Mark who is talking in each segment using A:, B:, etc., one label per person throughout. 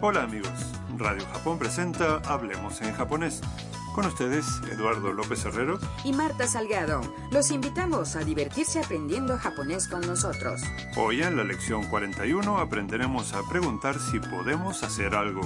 A: Hola amigos, Radio Japón presenta Hablemos en japonés. Con ustedes, Eduardo López Herrero.
B: y Marta Salgado. Los invitamos a divertirse aprendiendo japonés con nosotros.
A: Hoy en la lección 41 aprenderemos a preguntar si podemos hacer algo.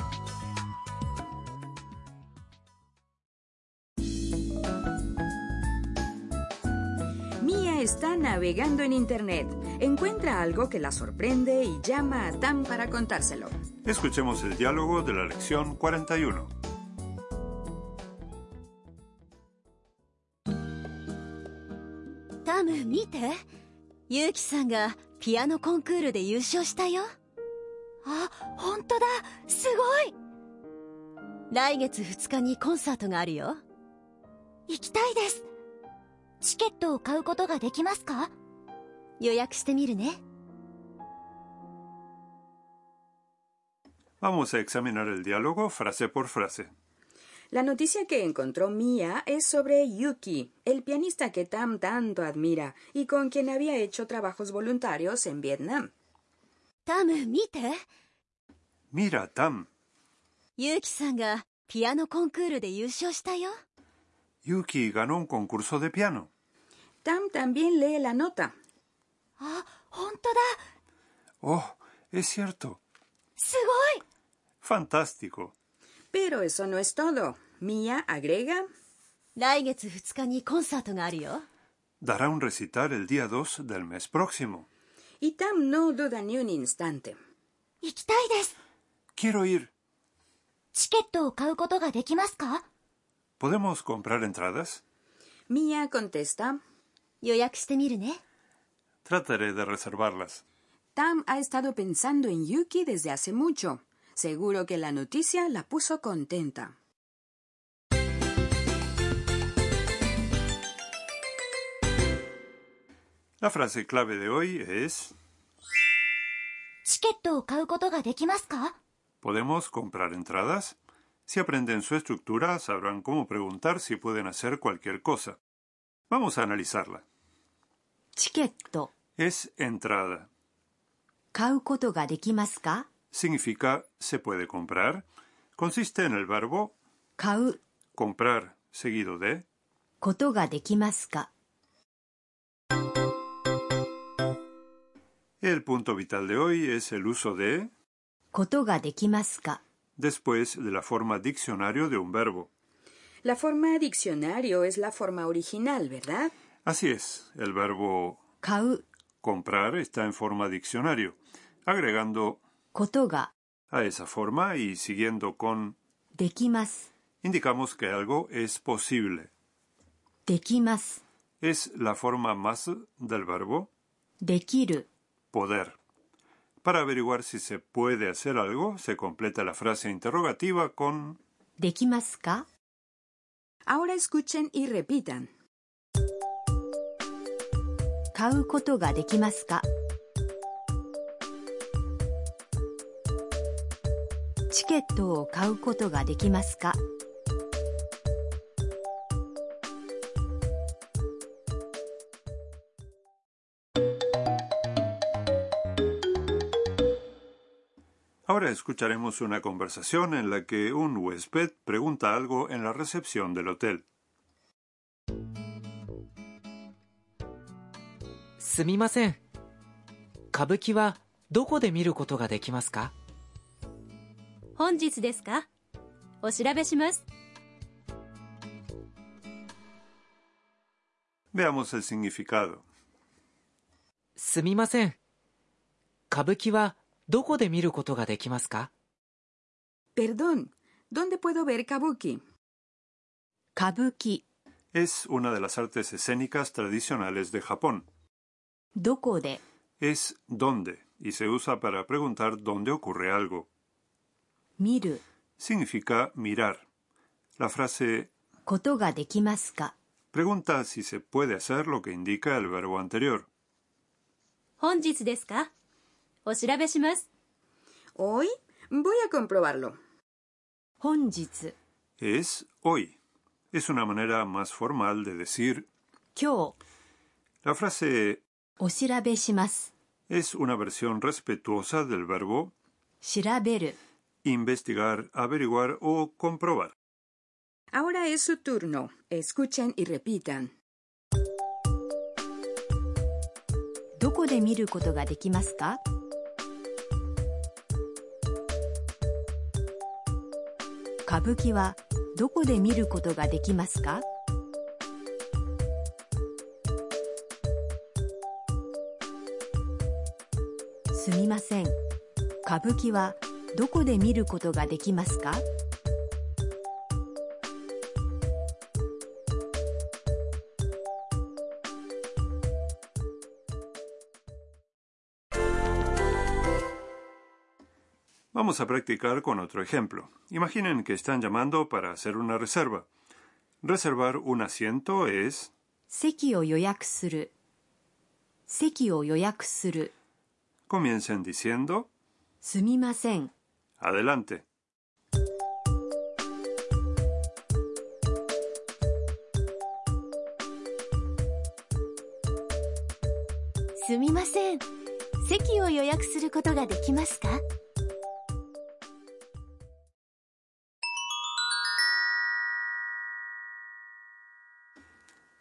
B: Mia está navegando en internet. Encuentra algo que la sorprende y llama a Tam para contárselo.
A: Escuchemos el diálogo de la lección 41.
C: タム見てユウキさんがピアノコンクールで優勝したよあ本当だすごい来月2日にコンサートがあるよ行きたいですチケットを買うことができますか予約してみるね
A: Vamos a examinar el diálogo frase por frase.
B: La noticia que encontró Mia es sobre Yuki, el pianista que Tam tanto admira y con quien había hecho trabajos voluntarios en Vietnam.
C: タム見て
A: Mira, Tam.
C: ユウキさんがピアノコンクールで優勝したよ
A: Yuki ganó un concurso de piano.
B: Tam también lee la nota.
C: あ本当だ
A: Oh, es cierto.
C: すごい
A: Fantástico.
B: Pero eso no es todo. Mia agrega
C: 来月2日にコンサートがあるよ
A: Dará un recital el día 2 del mes próximo.
B: y Tam no duda ni un instante.
C: 行きたいです
A: Quiero ir.
C: チケットを買うことができますか
A: ¿Podemos comprar entradas?
B: Mia contesta
C: 予約してみるね
A: Trataré de reservarlas.
B: Tam ha estado pensando en Yuki desde hace mucho. Seguro que la noticia la puso contenta.
A: La frase clave de hoy es
C: チケットを買うことができますか
A: ¿Podemos comprar entradas? Si aprenden su estructura, sabrán cómo preguntar si pueden hacer cualquier cosa. Vamos a analizarla.
C: チケット
A: Es entrada.
C: 買うことができますか
A: Significa se puede comprar. Consiste en el verbo
C: 買う
A: comprar seguido de
C: ことができますか
A: El punto vital de hoy es el uso de
C: ことができますか
A: después de la forma diccionario de un verbo.
B: La forma diccionario es la forma original, ¿verdad?
A: Así es, el verbo
C: 買う
A: comprar está en forma diccionario, agregando
C: ことが
A: a esa forma y siguiendo con
C: できます
A: indicamos que algo es posible.
C: できます
A: Es la forma más del verbo
C: できる
A: poder. Para averiguar si se puede hacer algo, se completa la frase interrogativa con
C: できますか
B: Ahora escuchen y repitan.
C: 買うことができますかチケットを買うことができますか
A: Ahora escucharemos una conversación en la que un huésped pregunta algo en la recepción del hotel.
D: すみません歌舞伎はどこで見ることができますか
C: 本日ですかお調べします
A: Veamos el significado.
D: すみません歌舞伎はどこで見ることができますか
B: Perdón, ¿dónde puedo ver Kabuki?
C: 歌舞伎
A: Es una de las artes escénicas tradicionales de Japón.
C: どこで
A: Es dónde y se usa para preguntar dónde ocurre algo.
C: 見る
A: Significa mirar. La frase
C: ことができますか
A: pregunta si se puede hacer lo que indica el verbo anterior.
C: 本日ですかお調べします
B: Hoy voy a comprobarlo.
C: 本日
A: Es hoy. Es una manera más formal de decir.
C: 今日
A: La frase
C: お調べします
A: es una versión respetuosa del verbo
C: 調べる
A: investigar, averiguar o comprobar.
B: Ahora es su turno. Escuchen y repitan.
C: どこで見ることができますか歌舞伎はどこで見ることができますかすみません歌舞伎はどこで見ることができますか
A: Vamos a practicar con otro ejemplo. Imaginen que están llamando para hacer una reserva. Reservar un asiento es
C: 席を予約する席を予約する
A: comiencen diciendo
C: すみません
A: adelante.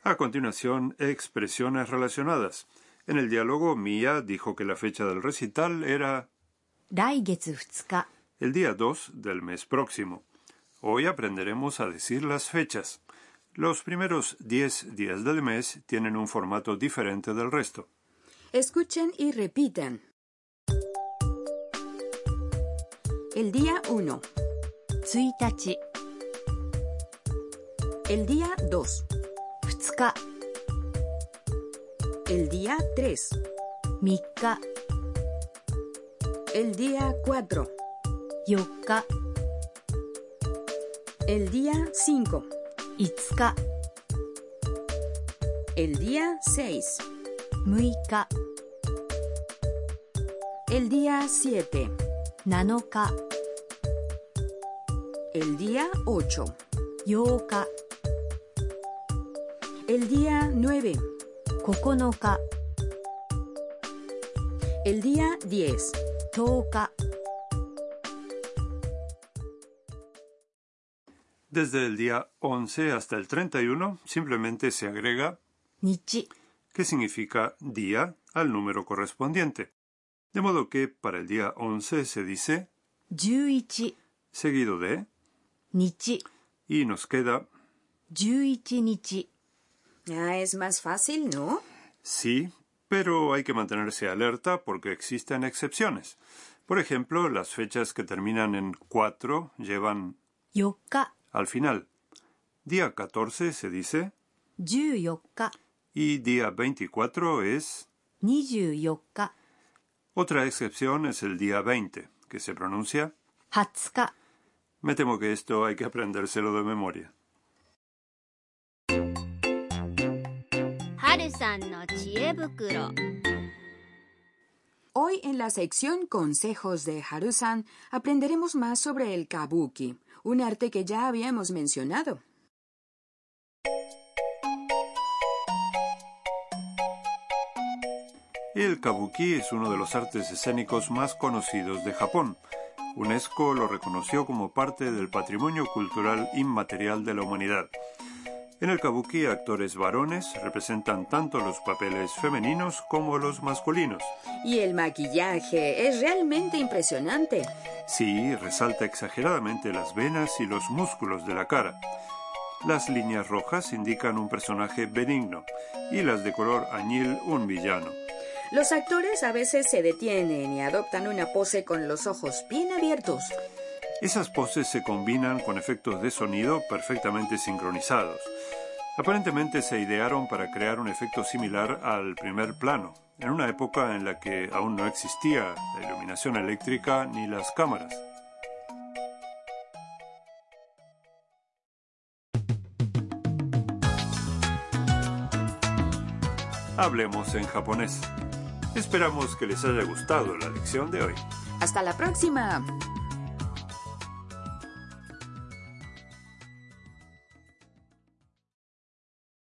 A: A continuación, expresiones relacionadas. En el diálogo, Mia dijo que la fecha del recital era
C: 来月2日
A: el día 2 del mes próximo. Hoy aprenderemos a decir las fechas. Los primeros 10 días del mes tienen un formato diferente del resto.
B: Escuchen y repitan. El día 1,
C: 1日
B: el día 2,
C: 2日
B: el día 3,
C: 3日
B: el día 4,
C: 4日
B: el día 5,
C: 5日
B: el día 6,
C: 6日
B: el día 7,
C: 7日
B: el día 8,
C: 8日
B: el día 9,
C: 9日
B: el día 10.
C: 10日
A: Desde el día 11 hasta el 31 simplemente se agrega
C: 日
A: que significa día al número correspondiente. De modo que para el día 11 se dice
C: 11
A: seguido de
C: 日
A: y nos queda
C: 11日
B: Ya es más fácil, ¿no?
A: Sí, pero hay que mantenerse alerta porque existen excepciones. Por ejemplo, las fechas que terminan en 4 llevan
C: 4日
A: al final. Día 14 se dice
C: 14日
A: y día 24 es.
C: 24日
A: Otra excepción es el día 20, que se pronuncia.
C: 20日
A: Me temo que esto hay que aprendérselo de memoria.
E: はるさんの知恵袋
B: Hoy en la sección Consejos de Harusan aprenderemos más sobre el kabuki, un arte que ya habíamos mencionado.
A: El kabuki es uno de los artes escénicos más conocidos de Japón. UNESCO lo reconoció como parte del patrimonio cultural inmaterial de la humanidad. En el kabuki, actores varones representan tanto los papeles femeninos como los masculinos.
B: Y el maquillaje es realmente impresionante.
A: Sí, resalta exageradamente las venas y los músculos de la cara. Las líneas rojas indican un personaje benigno y las de color añil un villano.
B: Los actores a veces se detienen y adoptan una pose con los ojos bien abiertos.
A: Esas poses se combinan con efectos de sonido perfectamente sincronizados. Aparentemente se idearon para crear un efecto similar al primer plano, en una época en la que aún no existía la iluminación eléctrica ni las cámaras. Hablemos en japonés. Esperamos que les haya gustado la lección de hoy.
B: Hasta la próxima.